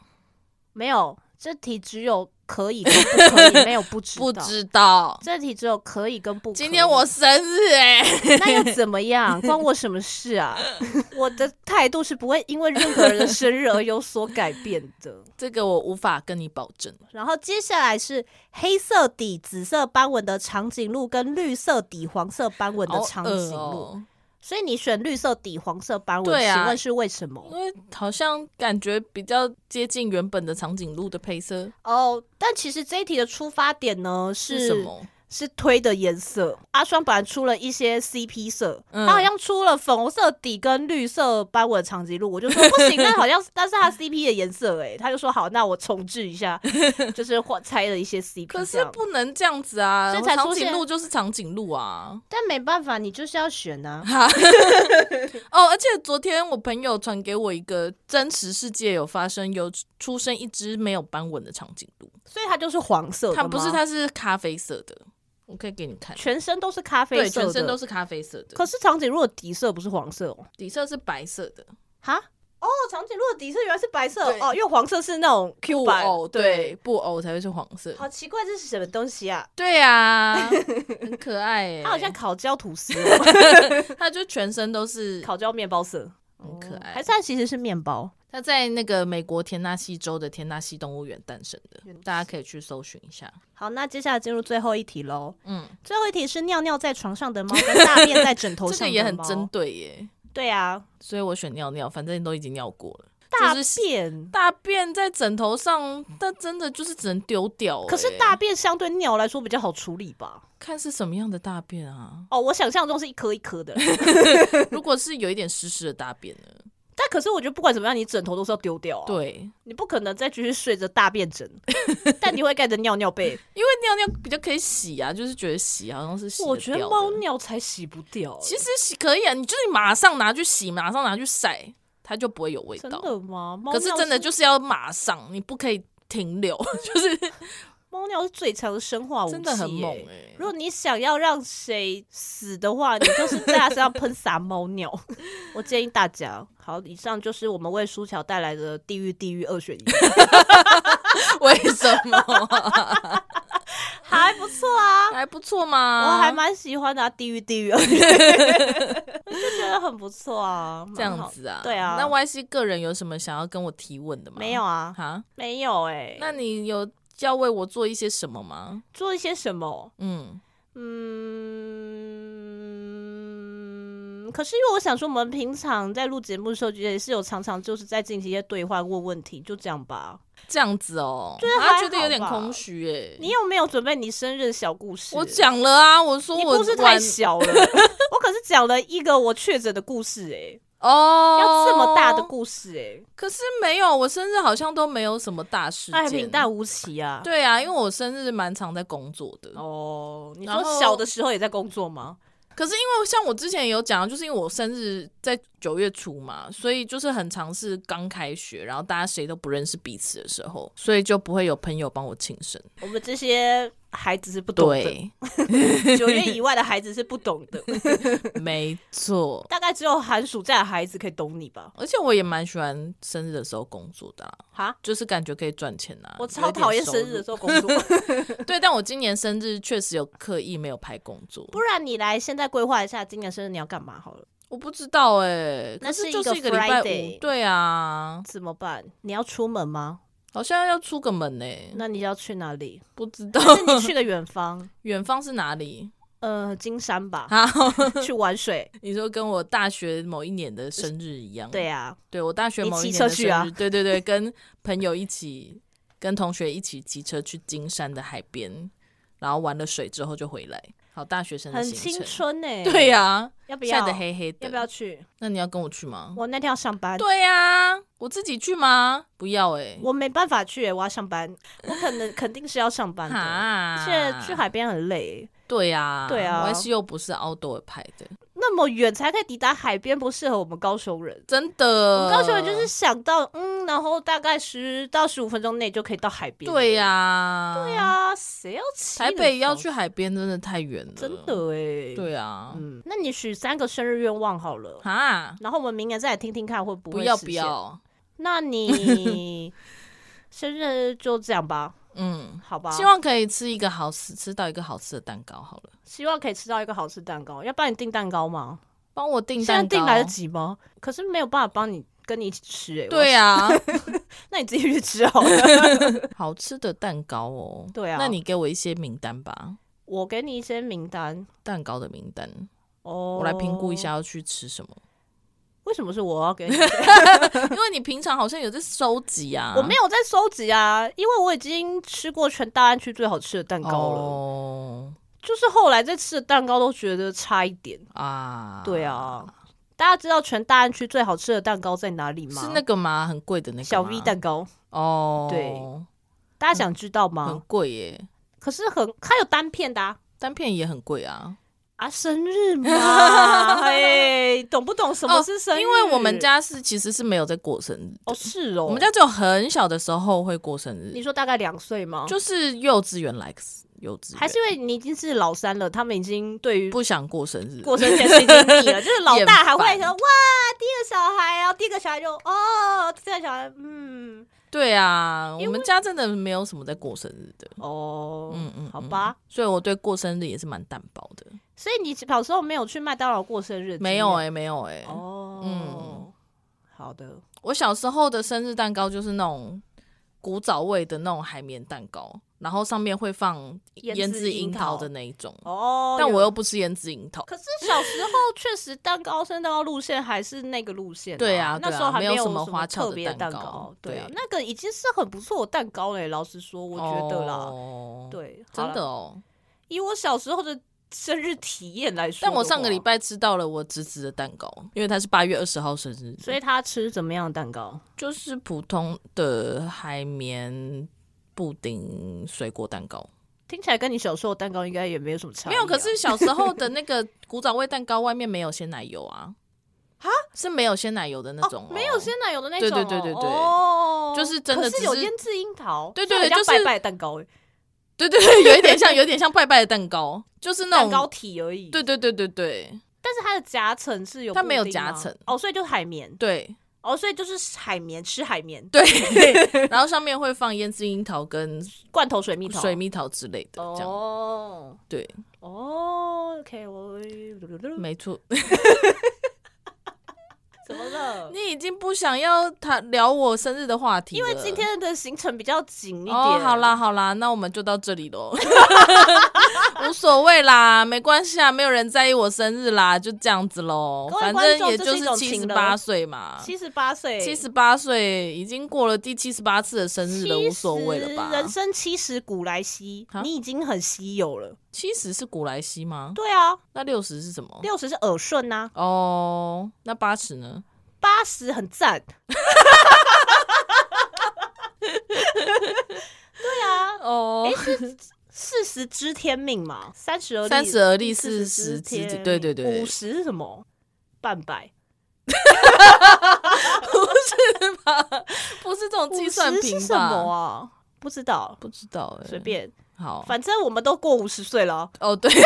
Speaker 2: 没有，这题只有可以跟不可 以，没有不知道。
Speaker 1: 不知道。
Speaker 2: 这题只有可以跟不可以。
Speaker 1: 今天我生日哎、
Speaker 2: 那又怎么样？关我什么事 啊？ 我的态度是不会因为任何人的生日而有所改变的。
Speaker 1: 这个我无法跟你保证。
Speaker 2: 然后接下来是黑色底紫色斑纹的长颈鹿跟绿色底黄色斑纹的
Speaker 1: 好
Speaker 2: 长
Speaker 1: 恶
Speaker 2: 颈鹿，
Speaker 1: 哦
Speaker 2: 所以你选绿色底黄色斑纹，
Speaker 1: 对啊
Speaker 2: 请问是为什么？
Speaker 1: 因为好像感觉比较接近原本的长颈鹿的配色
Speaker 2: 哦，但其实这一题的出发点呢
Speaker 1: 是什么？
Speaker 2: 是推的颜色。阿双本来出了一些 CP 色，
Speaker 1: 嗯
Speaker 2: 他好像出了粉红色底跟绿色斑纹长颈鹿，我就说不行， 那好像但是他 CP 的颜色哎、他就说好，那我重置 一下，就是换拆了一些 CP
Speaker 1: 可
Speaker 2: 这
Speaker 1: 是
Speaker 2: 样。
Speaker 1: 不能这样子啊！
Speaker 2: 所以才出
Speaker 1: 长
Speaker 2: 现
Speaker 1: 颈鹿就是长颈鹿啊！
Speaker 2: 但没办法，你就是要选啊。
Speaker 1: 哦，而且昨天我朋友传给我一个真实世界有发生有出生一只没有斑纹的长颈鹿，
Speaker 2: 所以它就是黄色的
Speaker 1: 它不是，
Speaker 2: 吗
Speaker 1: 它是咖啡色的，我可以给你看，
Speaker 2: 全身都是咖啡
Speaker 1: 对，
Speaker 2: 色
Speaker 1: 全
Speaker 2: 的，
Speaker 1: 身都。是咖啡色的，
Speaker 2: 可是长颈鹿的底色不是黄色哦，
Speaker 1: 底色是白色的，
Speaker 2: 哈？哦，长颈鹿的底色原来是白色
Speaker 1: 对
Speaker 2: 哦，因为黄色是那种 Q
Speaker 1: 布
Speaker 2: 版，
Speaker 1: 偶对，布偶才会是黄色，
Speaker 2: 好奇怪，这是什么东西啊？
Speaker 1: 对啊，很可 爱、欸，
Speaker 2: 它好像烤焦吐司哦、
Speaker 1: 它就全身都是
Speaker 2: 烤焦面包色，
Speaker 1: 很可爱
Speaker 2: 哦还是它其实是面包？
Speaker 1: 他在那个美国田纳西州的田纳西动物园诞生的，大家可以去搜寻一下。
Speaker 2: 好，那接下来进入最后一题喽。
Speaker 1: 嗯，
Speaker 2: 最后一题是尿尿在床上的猫 跟大便在枕头
Speaker 1: 这
Speaker 2: 上
Speaker 1: 个
Speaker 2: 的
Speaker 1: 也
Speaker 2: 猫。
Speaker 1: 很针对耶，
Speaker 2: 对啊，
Speaker 1: 所以我选尿尿，反正都已经尿过了。
Speaker 2: 大
Speaker 1: 就是
Speaker 2: 便。
Speaker 1: 大便在枕头上，但真的就是只能丢掉、
Speaker 2: 可是
Speaker 1: 欸
Speaker 2: 大便相对尿来说比较好处理吧？？
Speaker 1: 看是什么样的大便啊
Speaker 2: 哦，我想象中是一颗 一颗的，
Speaker 1: 如果是有一点湿湿的大 便呢？
Speaker 2: 但可是我觉得不管怎么样，你枕头都是要丢掉啊。，
Speaker 1: 对，
Speaker 2: 你不可能再继续睡着大便枕， 但你会盖着尿 尿被。
Speaker 1: 因为尿尿比较可以洗啊，就是觉得洗好像是洗
Speaker 2: 我
Speaker 1: 得
Speaker 2: 觉得
Speaker 1: 掉
Speaker 2: 猫
Speaker 1: 的
Speaker 2: 尿才洗不掉欸、
Speaker 1: 其实洗可以啊，你就是马上拿去洗，马上拿去晒，它就不会有味
Speaker 2: 真
Speaker 1: 道。
Speaker 2: 的吗？猫
Speaker 1: 可是
Speaker 2: 尿
Speaker 1: 真的就是要马上，你不可以停留，就是
Speaker 2: 猫尿是最强的生化武器、
Speaker 1: 真的很猛
Speaker 2: 欸
Speaker 1: 哎、欸
Speaker 2: 如。果你想要让谁死的话，你就是在他身上喷洒猫尿。我建议大家，好，以上就是我们为苏乔带来的地狱地狱二选一，
Speaker 1: 为什么？
Speaker 2: 还不错啊，
Speaker 1: 还不错嘛，
Speaker 2: 我还蛮喜欢的、啊、地狱地狱二选一， 我就觉得很不错啊，
Speaker 1: 这
Speaker 2: 蛮
Speaker 1: 样
Speaker 2: 好。
Speaker 1: 子啊。
Speaker 2: 对啊
Speaker 1: 那 Y C 个人有什么想要跟我提问的吗？
Speaker 2: 没有啊，
Speaker 1: 哈，
Speaker 2: 没有哎、
Speaker 1: 那你有要为我做一些什么吗？
Speaker 2: 做一些什么？
Speaker 1: 嗯，
Speaker 2: 嗯，可是因为我想说，我们平常在录节目的时候，也是有常常就是在进行一些对话、问问题，就这样吧。
Speaker 1: 这样子哦，
Speaker 2: 是还
Speaker 1: 他觉得有点
Speaker 2: 好吧
Speaker 1: 空虚哎。
Speaker 2: 你有没有准备你生日的小故事？
Speaker 1: 我，讲了啊，我说
Speaker 2: 你
Speaker 1: 我
Speaker 2: 故事太
Speaker 1: 晚
Speaker 2: 小了， 我可是讲了一个我确诊的故事、欸，
Speaker 1: 哦，
Speaker 2: 要这么大的故事、欸
Speaker 1: 可是没有，我生日好像都没有什么大事
Speaker 2: 哎，哎，
Speaker 1: 件
Speaker 2: 平。淡无奇啊。
Speaker 1: 对啊，因为我生日蛮常在工作的。
Speaker 2: 哦，你
Speaker 1: 然
Speaker 2: 说
Speaker 1: 后
Speaker 2: 小的时候也在工作吗？
Speaker 1: 可是因为像我之前也有讲，就是因为我生日在九月初嘛，所以就是很尝试刚开学，然后大家谁都不认识彼此的时候，所以就不会有朋友帮我庆生。
Speaker 2: 我们这些孩子是不懂的，
Speaker 1: 对，
Speaker 2: 九月以外的孩子是不懂的。
Speaker 1: 没错。
Speaker 2: 大概只有寒暑假的孩子可以懂你吧？
Speaker 1: 而且我也蛮喜欢生日的时候工作的、啊，
Speaker 2: 哈，
Speaker 1: 就是感觉可以赚钱啊。
Speaker 2: 我超讨厌生日的时候工 作，
Speaker 1: 候。对，但我今年生日确实有刻意没有排工作。
Speaker 2: 不然你来现在规划一下今年生日你要干嘛好了？
Speaker 1: 我不知道哎、
Speaker 2: 那
Speaker 1: 可
Speaker 2: 是
Speaker 1: 是
Speaker 2: 一
Speaker 1: 就
Speaker 2: 个
Speaker 1: 是一个礼拜
Speaker 2: Friday
Speaker 1: 五，对啊，
Speaker 2: 怎么办？你要出门吗？
Speaker 1: 好像要出个门呢、欸
Speaker 2: 那你要去哪里？
Speaker 1: 不知道
Speaker 2: 还是你去的远方？
Speaker 1: 远方是哪里？
Speaker 2: 呃，金山吧，
Speaker 1: 好， 嗯
Speaker 2: 去玩水。
Speaker 1: 你说跟我大学某一年的生日一样，
Speaker 2: 对啊呀、
Speaker 1: 对我大学某一
Speaker 2: 你
Speaker 1: 年
Speaker 2: 骑车
Speaker 1: 的
Speaker 2: 去
Speaker 1: 生日，
Speaker 2: 啊
Speaker 1: 对对对，跟朋友一起，跟同学一起骑车去金山的海边，然后玩了水之后就回来。好，大学生
Speaker 2: 很
Speaker 1: 的行
Speaker 2: 青
Speaker 1: 程，
Speaker 2: 春呢、
Speaker 1: 对、呀、
Speaker 2: 要不
Speaker 1: 晒
Speaker 2: 要？
Speaker 1: 得黑黑
Speaker 2: 要
Speaker 1: 的，
Speaker 2: 不要去？
Speaker 1: 那你要跟我去吗？
Speaker 2: 我那天要上班，
Speaker 1: 对呀、我自己去吗？不要哎、
Speaker 2: 我没办法去、欸我要上班，我可能肯定是要上班的。
Speaker 1: 啊
Speaker 2: 而且去海边很累，
Speaker 1: 对呀、
Speaker 2: 对啊
Speaker 1: 我还是又不是 outdoor 派的，
Speaker 2: 那么远才可以抵达海边，不适合我们高雄人。
Speaker 1: 真
Speaker 2: 我
Speaker 1: 的。
Speaker 2: 们高雄人
Speaker 1: 呃
Speaker 2: 就是想到，嗯，然后大概十到十五分钟内就可以到海边。
Speaker 1: 对
Speaker 2: 呀、
Speaker 1: 呀、
Speaker 2: 对呀、谁要骑
Speaker 1: 台
Speaker 2: 你
Speaker 1: 北要
Speaker 2: 房
Speaker 1: 去海边真的太远了，
Speaker 2: 真。的哎、，
Speaker 1: 对啊，
Speaker 2: 嗯，那你许三个生日愿望好了，
Speaker 1: 哈，
Speaker 2: 然后我们明年再来听听看会不会
Speaker 1: 不要
Speaker 2: 实
Speaker 1: 不
Speaker 2: 现。
Speaker 1: 要，
Speaker 2: 那你生日就这样 吧，
Speaker 1: 嗯，
Speaker 2: 好吧？
Speaker 1: 希望可以吃一个好吃，吃到一个好吃的蛋糕好了。
Speaker 2: 希望可以吃到一个好吃蛋糕，要帮你订蛋糕吗？
Speaker 1: 帮我订
Speaker 2: 现在
Speaker 1: 蛋糕，
Speaker 2: 订来得及吗？可是没有办法帮你跟你一起吃哎、欸。
Speaker 1: 对
Speaker 2: 呀、
Speaker 1: 啊，
Speaker 2: 那你自己去吃 好了。
Speaker 1: 好吃的蛋糕哦。
Speaker 2: 对啊
Speaker 1: 那你给我一些名单吧，
Speaker 2: 我给你一些名单
Speaker 1: 蛋糕的名单，
Speaker 2: 哦，
Speaker 1: 我来评估一下要去吃什么。
Speaker 2: 为什么是我要给你？
Speaker 1: 因为你平常好像有在收集啊，
Speaker 2: 我没有在收集啊，因为我已经吃过全大安区最好吃的蛋糕了。
Speaker 1: 哦
Speaker 2: 就是后来在吃的蛋糕都觉得差一点。
Speaker 1: 啊，
Speaker 2: 对啊，大家知道全大安区最好吃的蛋糕在哪里吗？
Speaker 1: 是那个吗？很贵的那个
Speaker 2: 小
Speaker 1: 吗
Speaker 2: V 蛋糕，
Speaker 1: 哦，
Speaker 2: 对啊大家
Speaker 1: 嗯
Speaker 2: 想知道
Speaker 1: 很
Speaker 2: 吗？
Speaker 1: 贵耶，
Speaker 2: 可是很，它有单片的啊。
Speaker 1: 单片也很贵啊。
Speaker 2: 啊，生 日嘛，嘿，懂不懂什么是生日？
Speaker 1: 哦因为我们家是其实是没有在过生日，
Speaker 2: 哦是哦，
Speaker 1: 我们家只有很小的时候会过生日
Speaker 2: 你，说大概两岁吗？
Speaker 1: 就是幼稚园 like 幼稚园，
Speaker 2: 还是因为你已经是老三了，他们已经对于
Speaker 1: 不想过生日。
Speaker 2: 过生日这件事已经腻了，就是老大还会
Speaker 1: 厌
Speaker 2: 说
Speaker 1: 烦
Speaker 2: 哇，第一个小孩，啊然后第一个小孩就哦，第二个小孩嗯
Speaker 1: 对啊，
Speaker 2: 因为
Speaker 1: 我们家真的没有什么在过生日的，
Speaker 2: 哦
Speaker 1: 嗯嗯，
Speaker 2: 好吧
Speaker 1: 嗯，所以我对过生日也是蛮淡薄的。
Speaker 2: 所以你小时候没有去麦当劳过生日？
Speaker 1: 没有
Speaker 2: 哎、
Speaker 1: 哎、没有哎、
Speaker 2: 哦，
Speaker 1: 嗯
Speaker 2: 好的，
Speaker 1: 我小时候的生日蛋糕就是那种。古早味的那种海绵蛋糕，然后上面会放
Speaker 2: 腌
Speaker 1: 腌
Speaker 2: 制
Speaker 1: 制
Speaker 2: 樱
Speaker 1: 樱
Speaker 2: 桃
Speaker 1: 桃的那一种。
Speaker 2: 哦，
Speaker 1: 但
Speaker 2: 有
Speaker 1: 我又不吃腌制樱桃，
Speaker 2: 可是小时候确实蛋糕生蛋糕路线还是那个路线、
Speaker 1: 对
Speaker 2: 啊
Speaker 1: 啊，
Speaker 2: 那
Speaker 1: 对啊
Speaker 2: 时候还
Speaker 1: 没有
Speaker 2: 有
Speaker 1: 什么花俏
Speaker 2: 特
Speaker 1: 的
Speaker 2: 别
Speaker 1: 蛋
Speaker 2: 糕，
Speaker 1: 糕
Speaker 2: 对啊
Speaker 1: 对，
Speaker 2: 那个已经是很不错的蛋糕嘞。老实说，我觉得啦，
Speaker 1: 哦，
Speaker 2: 对，好
Speaker 1: 真的
Speaker 2: 啦，
Speaker 1: 哦。
Speaker 2: 以我小时候的生日体验来说，
Speaker 1: 但我上个礼，拜吃到了我侄子的蛋糕，因为他是八月二十号生日，
Speaker 2: 所以他吃怎么样的蛋糕？
Speaker 1: 就是普通的海绵布丁水果蛋糕。
Speaker 2: 听起来跟你小时候的蛋糕应该也没有什么差、啊
Speaker 1: 没有，可是小时候的那个古早味蛋糕外面没有鲜奶油啊，
Speaker 2: 哈，
Speaker 1: 是没有鲜奶油的那种、
Speaker 2: 哦，没有鲜。奶油的那种、
Speaker 1: 对
Speaker 2: 哦，
Speaker 1: 对对对对
Speaker 2: 哦，
Speaker 1: 就是真的
Speaker 2: 可
Speaker 1: 只
Speaker 2: 是
Speaker 1: 是
Speaker 2: 有腌制樱桃，
Speaker 1: 对对
Speaker 2: 所以很
Speaker 1: 就
Speaker 2: 像
Speaker 1: 是
Speaker 2: 拜拜蛋糕欸，
Speaker 1: 对对对，有一点像，有一点像拜拜的蛋糕，就是那
Speaker 2: 蛋糕
Speaker 1: 种。
Speaker 2: 体而已。
Speaker 1: 对对对对对
Speaker 2: 但是它的夹层是有，
Speaker 1: 它没有夹层
Speaker 2: 哦，所以就是海绵，
Speaker 1: 对
Speaker 2: 哦，所以就是海绵吃海绵，
Speaker 1: 对， 然后上面会放腌制樱桃跟
Speaker 2: 罐头水蜜桃，
Speaker 1: 水蜜桃之类的，这样
Speaker 2: 哦
Speaker 1: 对，
Speaker 2: 哦，OK，我
Speaker 1: 没错。
Speaker 2: 怎么 了？
Speaker 1: 你已经不想要他聊我生日的话题
Speaker 2: 因
Speaker 1: 了，
Speaker 2: 为今天的行程比较紧一点，
Speaker 1: 哦，好，啦好啦，那我们就到这里 喽，无所谓啦，没关系啊，没有人在意我生日啦，就这样子喽
Speaker 2: 各，位
Speaker 1: 反
Speaker 2: 观
Speaker 1: 正
Speaker 2: 众
Speaker 1: 也
Speaker 2: 这
Speaker 1: 就是
Speaker 2: 一种
Speaker 1: 是
Speaker 2: 情
Speaker 1: 七十
Speaker 2: 了
Speaker 1: 八岁嘛，
Speaker 2: 七十八岁，
Speaker 1: 七十八岁已经过了第七十八次的生日了，
Speaker 2: 70
Speaker 1: 无所谓了吧？
Speaker 2: 人生七十古来稀，
Speaker 1: 啊
Speaker 2: 你已经很稀有了。
Speaker 1: 七十是古来稀吗？
Speaker 2: 对啊，
Speaker 1: 那六十是什么？
Speaker 2: 六十是耳顺呐、
Speaker 1: 哦，那八十呢？
Speaker 2: 八十很 赞。对啊，
Speaker 1: 哦，
Speaker 2: 四十知天命嘛，三十而立，
Speaker 1: 三十而立，
Speaker 2: 四
Speaker 1: 四
Speaker 2: 十
Speaker 1: 十知
Speaker 2: 知天命
Speaker 1: 天，对对对，
Speaker 2: 五十是什么？半百，
Speaker 1: 不是这种计算
Speaker 2: 50
Speaker 1: 瓶
Speaker 2: 是什
Speaker 1: 吧？
Speaker 2: 么啊？不知道，
Speaker 1: 不知道、欸，
Speaker 2: 随。便，
Speaker 1: 好，
Speaker 2: 反正我们都过五十岁了 哦。
Speaker 1: 哦对，
Speaker 2: 对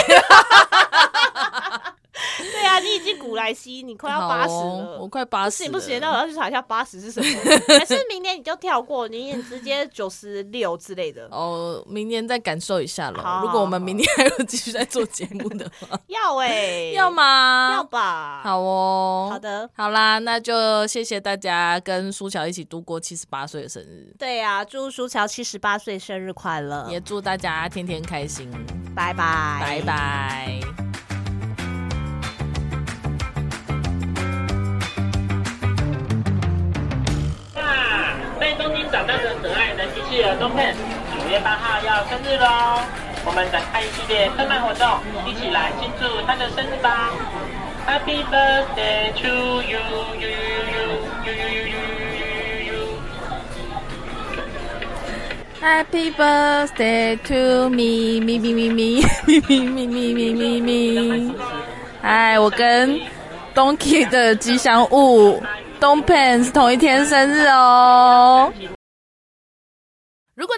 Speaker 2: 啊，你已经古来稀，你快要
Speaker 1: 好
Speaker 2: 八十
Speaker 1: 哦
Speaker 2: 了。
Speaker 1: 我快八
Speaker 2: 不
Speaker 1: 十，
Speaker 2: 行不行，那我要去查一下八十是什么， 还是明年你就跳过，你也直接九十六之类的。
Speaker 1: 哦，明年再感受一下
Speaker 2: 好好
Speaker 1: 喽。如果我们明年还有继续在做节目的话，
Speaker 2: 要哎，
Speaker 1: 要？吗？
Speaker 2: 要吧。
Speaker 1: 好哦，
Speaker 2: 好，的，
Speaker 1: 好啦，那就谢谢大家跟苏乔一起度过七十八岁的生日，
Speaker 2: 对啊，祝舒乔七十八岁生日快乐，
Speaker 1: 也祝大家天天开心，
Speaker 2: 拜嗯拜，
Speaker 1: 拜拜。
Speaker 3: 啊，在东京长大的可爱的机器人东佩，九月八号要生日喽！我们展开一系列特卖活动，一起来庆祝他的生日吧！Happy birthday to you, you, you, you, you, you, you, you, you, you.
Speaker 1: Happy birthday to me, me me me me me me me me me me。哎，我跟 Donkey 的吉祥物 Don Pan 是同一天生日哦。如果